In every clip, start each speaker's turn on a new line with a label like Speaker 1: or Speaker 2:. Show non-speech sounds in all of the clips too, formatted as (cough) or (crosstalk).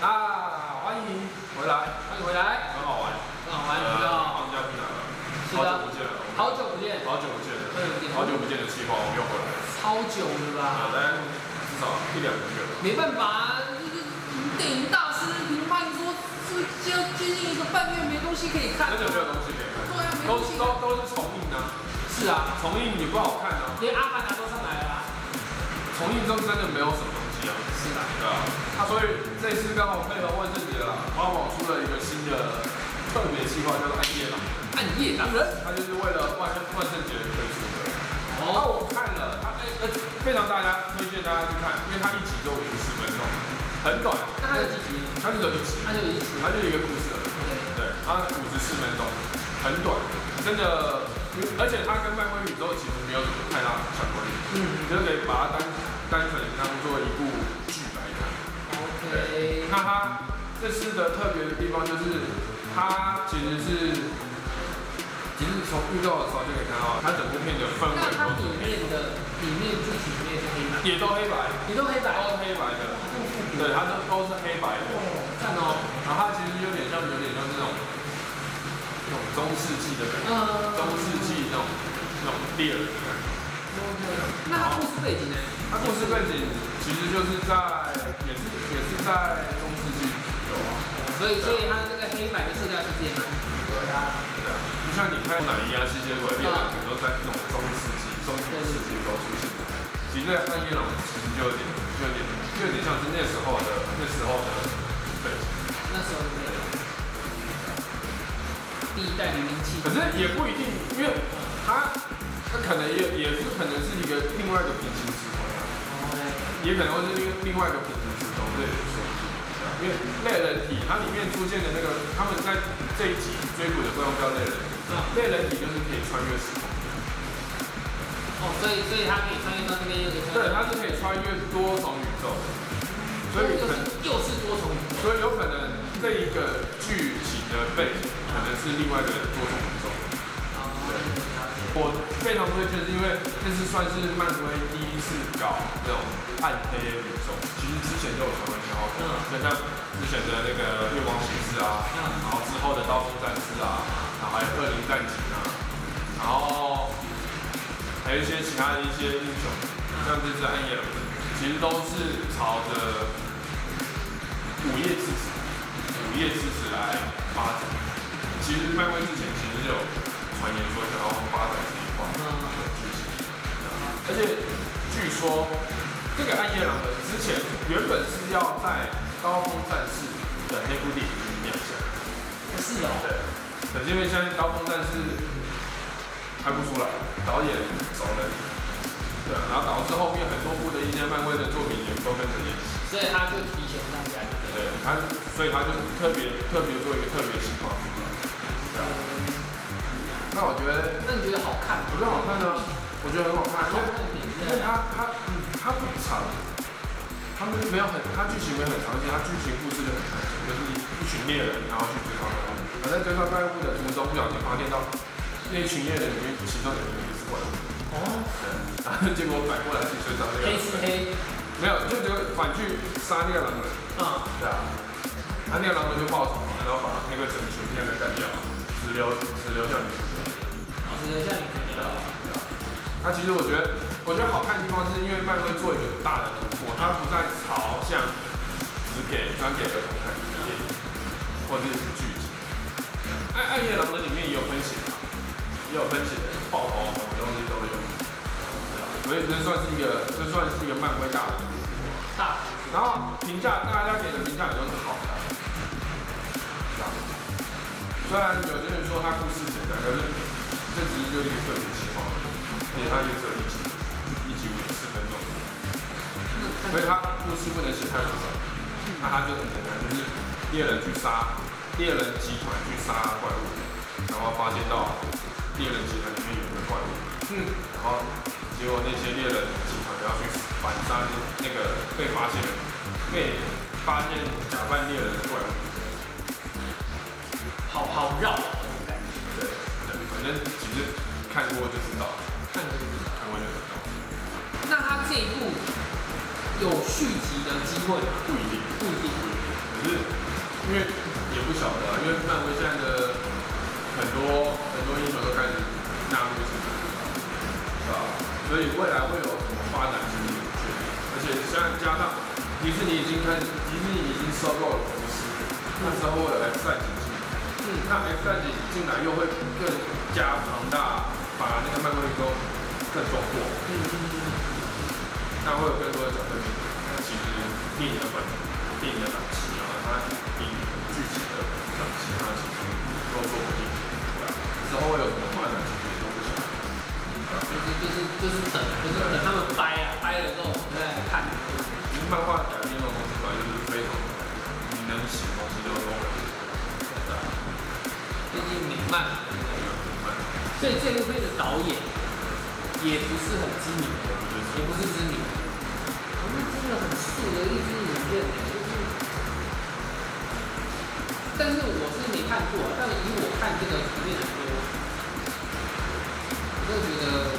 Speaker 1: 啊
Speaker 2: 呃好久不见的气话，我们又回来了。
Speaker 1: 嗯超久了
Speaker 2: 啊，
Speaker 1: 吧？
Speaker 2: 但至少一两个月了。
Speaker 1: 没办法啊，这个电影大师评判说，这将接近一个半月没东西可以看
Speaker 2: 真。的没有东西可以看，
Speaker 1: 对啊，没
Speaker 2: 都
Speaker 1: 东西
Speaker 2: 都都是重映啊，
Speaker 1: 是啊，
Speaker 2: 重映你不好看啊，
Speaker 1: 连阿凡达都上来了、啊。
Speaker 2: 重映中真的没有什么东西啊，
Speaker 1: 是啊，
Speaker 2: 对啊。啊所以这一次刚好配合万圣节了，官网出了一个新的特别计划，叫做暗夜狼，
Speaker 1: 暗夜狼人。
Speaker 2: 它就是为了万圣万圣节推出的。然
Speaker 1: 哦，
Speaker 2: 后我看了，它哎呃非常大家推荐大家去看，因为它一集就五十分钟，很短，
Speaker 1: 那还有几集？
Speaker 2: 它就只有一集，
Speaker 1: 那就一集。
Speaker 2: 它就一个故事而已。
Speaker 1: 对，
Speaker 2: 对，它五十四分钟，很短，真的，而且它跟漫威宇宙其实没有什么太大的相关联，你
Speaker 1: 嗯
Speaker 2: 就可以把它单单纯当做一部剧来看。
Speaker 1: ，OK。
Speaker 2: 那它这次的特别的地方就是，它其实是，其实从预告的时候就可以看到，它整部片的氛围
Speaker 1: 那它
Speaker 2: 都
Speaker 1: 里
Speaker 2: 是
Speaker 1: 面的里面剧情里面是黑白，
Speaker 2: 也都黑白，
Speaker 1: 你都黑白。
Speaker 2: 都黑白的，对，它都都是黑白的。
Speaker 1: 哦，赞哦。
Speaker 2: 然后它其实有点像有点像那种那种中世纪的感觉，
Speaker 1: 嗯。
Speaker 2: 中世纪那种那种猎人的感觉。
Speaker 1: 那它故事背景呢？
Speaker 2: 它故事背景其实就是在，也是也是在中世纪有啊，
Speaker 1: 所以所以它这个黑白的色调是这样吗？对啊。
Speaker 2: 对啊，就像你看哪一啊吸血鬼猎人，很多在那种中世纪、中古世纪都出现。其实暗夜狼其实就有点、就有点、就有点像是那时候的那时候的对，
Speaker 1: 那时候是这样。第一代零零七
Speaker 2: 可。是也不一定，因为他他可能也也是可能是一个另外一个平行时空啊，也可能会是另另外一个平行时空，对，因为类人体它里面出现的那个，他们在这一集追捕的对象叫类人体，类人体就是可以穿越时空，
Speaker 1: 哦，所以所以它可以穿越到那边，又可以穿越
Speaker 2: 对，它是可以穿越多重宇宙的，所以可
Speaker 1: 又是
Speaker 2: 能
Speaker 1: 又是多重宇宙。
Speaker 2: 所以有可能这一个剧情的背景可能是另外一个多重宇宙。我非常推荐，是因为这是算是漫威第一次搞那种暗黑的宇宙，其实之前就有传闻想要搞，就像之前的那个月光骑士啊，然后之后的刀锋战士啊，然后还有恶灵战警啊，然后还有一些其他的一些英雄，像这只暗夜狼人，其实都是朝着午夜之子、午夜之子来发展。其实漫威之前其实就有传言说想要发展这一块
Speaker 3: 嗯
Speaker 2: 的剧情，而且据说这个暗夜狼人之前原本是要在刀锋战士的那部电影里面亮相，
Speaker 1: 是哦，
Speaker 2: 对，可是因为现在刀锋战士拍不出来，导演走了。对，啊然后导致后面很多部的一些漫威的作品也都跟着演起。
Speaker 1: 所以他就提前大家。
Speaker 2: 对，他所以他就特别特别做一个特别情况。那我觉得
Speaker 1: 那你觉得好看吗？
Speaker 2: 我觉得好看呢，我觉得很好看，因为因为它它嗯它不长，它没没有很，它剧情没有很长，而且它剧情故事就很长，就是一群猎人然后去追杀怪物，而在追杀怪物的途中不小心发现到那群猎人里面其中有一个也是怪物，
Speaker 1: 哦，
Speaker 2: 然后结果反过来去追杀那个
Speaker 1: 黑吃
Speaker 2: 狼人，
Speaker 1: 黑，
Speaker 2: 没有就觉得反去杀那个狼人，
Speaker 1: 嗯，
Speaker 2: 对啊，他那个狼人就报仇嘛，然后把那个整群猎人干掉，只留只留下女主角。
Speaker 1: 老师留下你可以了。
Speaker 2: 那其实我觉得，我觉得好看的地方是因为漫威做一个很大的突破，它不再朝向只给专给儿童看的电影或者是剧集。暗暗夜狼人里面也有喷血嘛，也有喷血、爆头什么东西都有，啊所以这算是一个，这算是一个漫威大的突破。
Speaker 1: 大
Speaker 2: 然后评价大家给的评价也都是好的，是吧虽然有些人说他故事简单，可是这其实就是一个个人喜好，而且他也只有一集，一集五十四分钟，所以他故事不能写太复杂，那他就很简单，就是猎人去杀猎人集团去杀怪物，然后发现到猎人集团里面有一个怪物，
Speaker 1: 嗯，
Speaker 2: 然后结果那些猎人警察要去反杀那个被发现被发现假扮猎人的怪物，
Speaker 1: 好好绕，
Speaker 2: 对对，反正其实看过就知道，
Speaker 1: 看这个。
Speaker 2: 看过就知道，
Speaker 1: 那他这一部有续集的机会吗？
Speaker 2: 不一定，
Speaker 1: 不一定。
Speaker 2: 可是因为也不晓得啊，因为漫威现在的很多很多英雄都开始纳入这个，对吧？道，所以未来会有什么发展是不确定。而且现在加上迪士尼已经开始，迪士尼已经收购了公司，那时候会有 F 战警进来，那 F 战警进来又会更加庞大，把那个漫威都更壮阔，那会有更多的角色进来。那其实电影的本电影的档期啊，它比剧情的档期它其实都做不定，对吧？之后会有什么发展，其实也都不晓得。
Speaker 3: 就是就是就是等，就是等他们掰啊，掰了之后我们再来看。
Speaker 2: 其实漫画改编的东西本来就是非常你能写的东西就都能写，对啊，
Speaker 3: 毕竟美漫，
Speaker 2: 慢，
Speaker 3: 所以这部片的导演也不是很知名，
Speaker 2: 就是
Speaker 3: 也不是知名。我们真的很素的一支影片呢，就是。但是我是没看过啊，但以我看这个里面的歌，我就觉得，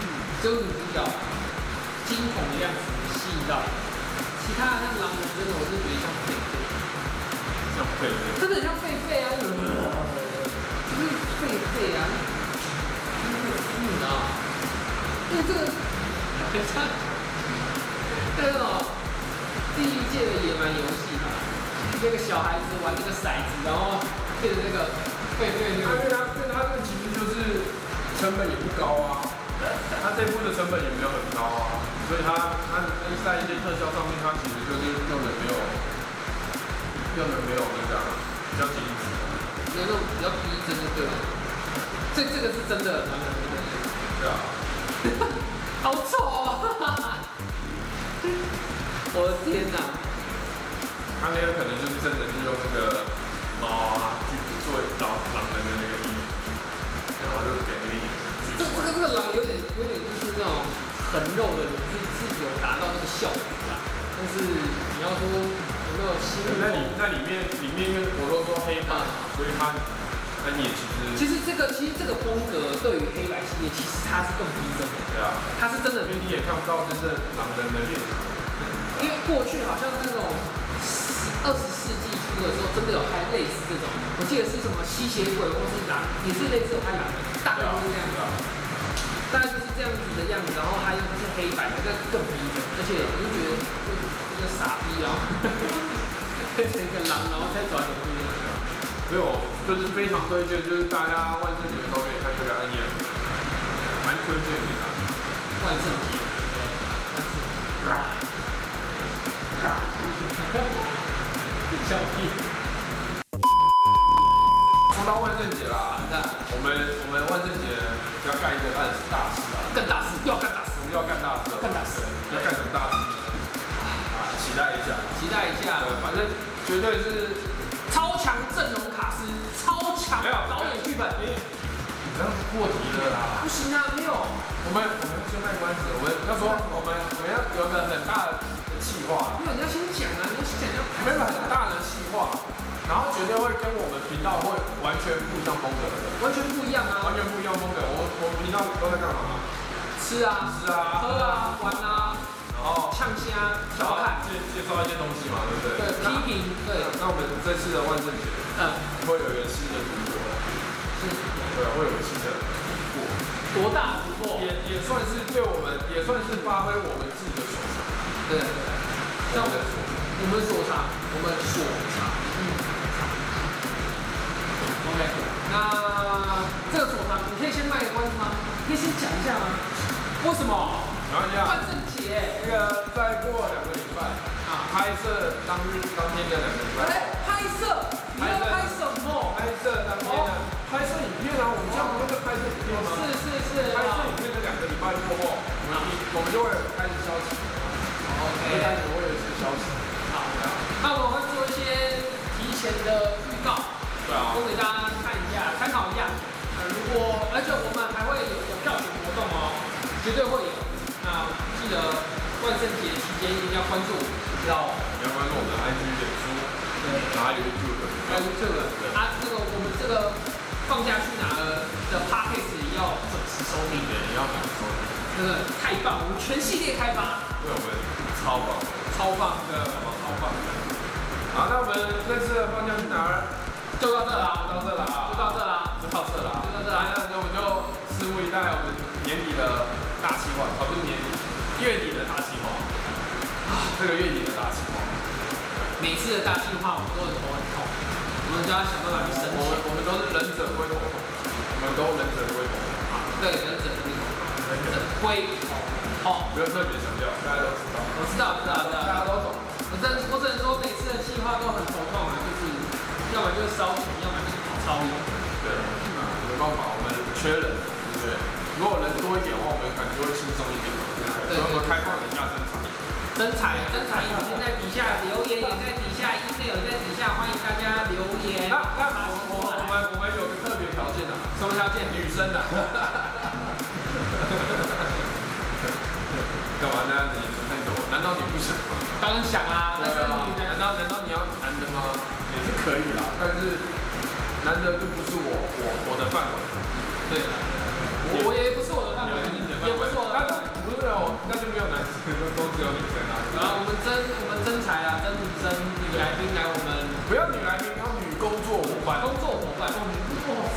Speaker 3: 嗯，只有你比较惊恐的样子吸引到我，其他的像狼人真的我是觉得像狒狒，
Speaker 2: 像配乐，
Speaker 3: 真的很像狒狒啊，有人就是狒狒啊，你知道吗？因为这个很像那种第一届的野蛮游戏嘛，那个小孩子玩那个骰子，然后变成那个狒狒那
Speaker 2: 它
Speaker 3: 个
Speaker 2: 对。它对它这其实就是成本也不高啊，它这部的成本也没有很高啊，所以它它在一些特效上面，它其实就是用的没有用的没有那个啊比较精致。
Speaker 3: 有那种比较逼真的对吧？这这个是真的，蛮难的，
Speaker 2: 对啊，
Speaker 3: 好丑哦！我的天哪！
Speaker 2: 它那个可能就是真的是用那个猫啊去做导狼人的那个音，然后就给那个音去
Speaker 3: 这这个这个狼有点有点就是那种横肉的，你是是有达到那个效果啦。但是你要说有没有新
Speaker 2: 那里那里面里面因为我都说黑嘛，所以它那你也其
Speaker 3: 其
Speaker 2: 实
Speaker 3: 实这个其实这个风格对于黑白系列其实它是更逼真的，
Speaker 2: 对啊，
Speaker 3: 它是真的
Speaker 2: 因为你也看不到真正狼人的脸，
Speaker 3: 因为过去好像那种二十世纪初的时候，真的有拍类似这种，我记得是什么吸血鬼或是狼，也是类似有拍狼人，大概就是这样子，大概就是这样子的样子，然后还有就是黑白的，那更逼人，而且我就觉得这个傻逼啊，变成一个狼，然后再转回去。
Speaker 2: 所以我就是非常推荐，就是大家万圣节的时候可以看这个暗夜，蛮推荐的啊。
Speaker 3: 万圣节，万圣节，笑屁，
Speaker 2: 说到万圣节啦，
Speaker 3: 完蛋，
Speaker 2: 我们我们万圣节要干一个案子大事啊，
Speaker 3: 更大事，要更大事，
Speaker 2: 我们要干大事了，
Speaker 3: 更大事。
Speaker 2: 要干什么大事呢？啊，期待一下。
Speaker 3: 期待一下
Speaker 2: 呃，反正绝对是，
Speaker 3: 超强阵容卡司，超强
Speaker 2: 没有
Speaker 3: 导演剧本，
Speaker 2: 哎，你这样子过题了啦。
Speaker 3: 不行啊，没有，
Speaker 2: 我们我们先卖关子，我们要说我们我们要有个很大的计划，
Speaker 3: 没有，你要先讲啊，你要先讲要
Speaker 2: 没有很大的计划，然后绝对会跟我们频道会完全不一样风格的，
Speaker 3: 完全不一样啊，
Speaker 2: 完全不一样风格。我我们频道都在干嘛？
Speaker 3: 吃啊，
Speaker 2: 吃啊，
Speaker 3: 喝啊，玩啊，
Speaker 2: 然后
Speaker 3: 呛虾，调侃，
Speaker 2: 介介绍一些东西嘛，对不对？
Speaker 3: 对，批评，对，
Speaker 2: 那我们这次的万圣节
Speaker 3: 嗯，
Speaker 2: 会有一个新的突破，
Speaker 3: 是
Speaker 2: 对，会有一个新的突破。
Speaker 3: 多大突破？
Speaker 2: 也也算是对我们，也算是发挥我们自己的所长。
Speaker 3: 对，像我们我们所长，我们所长，嗯，OK，那这个所长，你可以先卖个关子吗？你可以先讲一下吗？啊为什么？
Speaker 2: 然后这样，
Speaker 3: 万圣节
Speaker 2: 那个再过两个礼拜，
Speaker 3: 啊。
Speaker 2: 拍摄当日当天的两个礼拜，
Speaker 3: 来拍摄，你要拍什么？
Speaker 2: 拍摄当天的拍摄影片啊，我们这样不是在拍摄影片吗？
Speaker 3: 是是是
Speaker 2: 拍摄
Speaker 3: 啊
Speaker 2: 影片的两个礼拜过后，我们我们就会开始消息，会
Speaker 3: ，OK，
Speaker 2: 开始会有一些消息。
Speaker 3: 好，那我会做一些提前的预告，
Speaker 2: 对啊，
Speaker 3: 供给大家看一下，参考一下。呃，如果而且我们还会有有票选活动哦，绝对会有。那记得万圣节期间一定要关注，要
Speaker 2: 你要关注我们的 IG、脸书，
Speaker 3: 对，
Speaker 2: 然后 YouTube，
Speaker 3: 还有呃这个啊，这个我们这个放假去哪儿的 podcast 也要准时收听，
Speaker 2: 也要感受，
Speaker 3: 真的太棒，我们全系列开发，
Speaker 2: 为我们超棒。
Speaker 3: 超棒
Speaker 2: 的好棒！好，那我们这次的方向去哪儿？
Speaker 3: 就到这了啊。
Speaker 2: 到这了啊，
Speaker 3: 就到这啦，
Speaker 2: 就到这了啊。
Speaker 3: 就到这
Speaker 2: 那
Speaker 3: 啦，
Speaker 2: 那我们就拭目以待，我们年底的大计划，啊不是年底，月底的大计划，啊这个月底的大计划，
Speaker 3: 每次的大计划我们都很头很痛，我们就要想办法去
Speaker 2: 我
Speaker 3: 申
Speaker 2: 们
Speaker 3: 请。
Speaker 2: 我们都是忍者龟头，我们都忍者龟头，
Speaker 3: 对，忍者龟头，忍者龟头，哦，
Speaker 2: 不用特别强调，大家都知道，
Speaker 3: 我知道，我知道，我知道
Speaker 2: 大家。都懂。
Speaker 3: 我真我只能说每次的计划都很头痛啊，就是要么就是烧钱，要么就是跑超油。
Speaker 2: 对，没办法，我们缺人，对不对？如果人多一点的话，我们感觉会轻松一点，对不对？所以我们开放一下正常。
Speaker 3: 真彩真彩已经在底下留言，也在底下，email 也在底下，欢迎大家留言。
Speaker 2: 哎那那我我我们我们有个特别啊条件的，
Speaker 3: 什么条件？
Speaker 2: 女生的。 (laughs) 干嘛那样子？你看着我，难道你不想吗？啊
Speaker 3: 当然想啦，但是女
Speaker 2: 难
Speaker 3: 的，
Speaker 2: 道难道你要男的吗？也是可以啦，但是男的就不是我我我的范围。
Speaker 3: 对，我我也不是我的范围，也不是我的
Speaker 2: 那
Speaker 3: 范围。
Speaker 2: 不是哦，那就没有男生，都只有女生啊。
Speaker 3: 然后我们真我们真才啊，真真女来宾来我们
Speaker 2: 不要女来宾，要女工作伙伴。
Speaker 3: 工作伙伴，哇，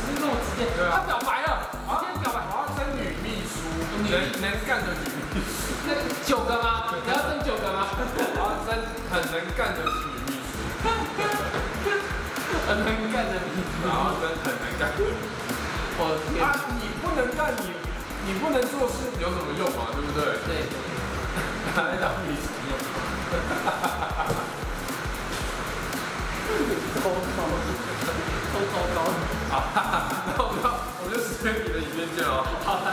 Speaker 3: 直接这么直接，他表白了，
Speaker 2: 啊
Speaker 3: 直接表白。
Speaker 2: 我要争女秘书，能能干的女秘书，
Speaker 3: 那个九个吗？你要争九个吗？
Speaker 2: 我要争很能干的女秘书，
Speaker 3: 很能干的你，
Speaker 2: 然后争很能干。
Speaker 3: 我的天
Speaker 2: 啊，，你不能干，你你不能做事有什么用嘛？对不对？ (laughs)
Speaker 3: (laughs) 对，
Speaker 2: 拿来当秘书用。
Speaker 3: 偷偷偷偷偷，
Speaker 2: 啊，那我们我们就随便你的影片见哦。
Speaker 3: 好的。